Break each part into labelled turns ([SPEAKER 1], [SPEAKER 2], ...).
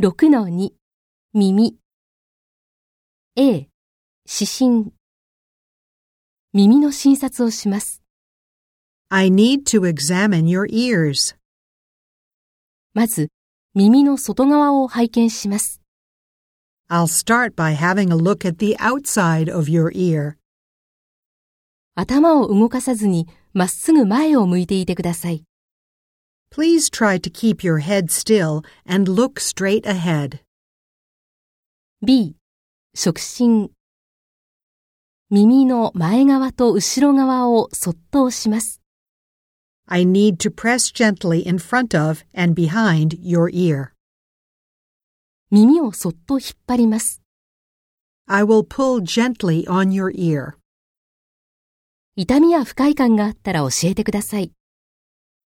[SPEAKER 1] 6-2耳 A 指針耳の診察をします。
[SPEAKER 2] I need to examine your ears.
[SPEAKER 1] まず、耳の外側を拝見します。
[SPEAKER 2] I'll start by having a look at the outside of your ear.
[SPEAKER 1] 頭を動かさずにまっすぐ前を向いていてください。
[SPEAKER 2] Please try to keep your head still and look straight ahead.
[SPEAKER 1] B 触診耳の前側と後ろ側をそっと押します。
[SPEAKER 2] I need to press gently in front of and behind your ear.
[SPEAKER 1] 耳をそっと引っ張ります。
[SPEAKER 2] I will pull gently on your ear.
[SPEAKER 1] 痛みや不快感があったら教えてください。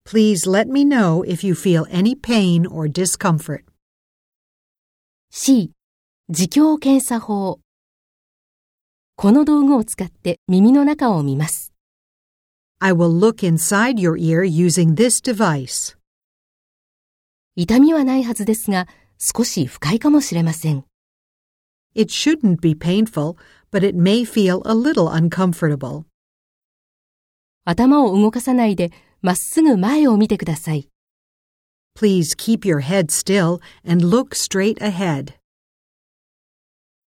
[SPEAKER 2] Please let me know if you feel any pain or discomfort.
[SPEAKER 1] C 自供検査法この道具を使って耳の中を見ます。
[SPEAKER 2] I will look inside your ear using this device.
[SPEAKER 1] 痛みはないはずですが、少し不快かもしれません。
[SPEAKER 2] It shouldn't be painful, but it may feel a little uncomfortable.
[SPEAKER 1] 頭を動かさないで、まっすぐ前を見てください。
[SPEAKER 2] Please keep your head still and look straight ahead.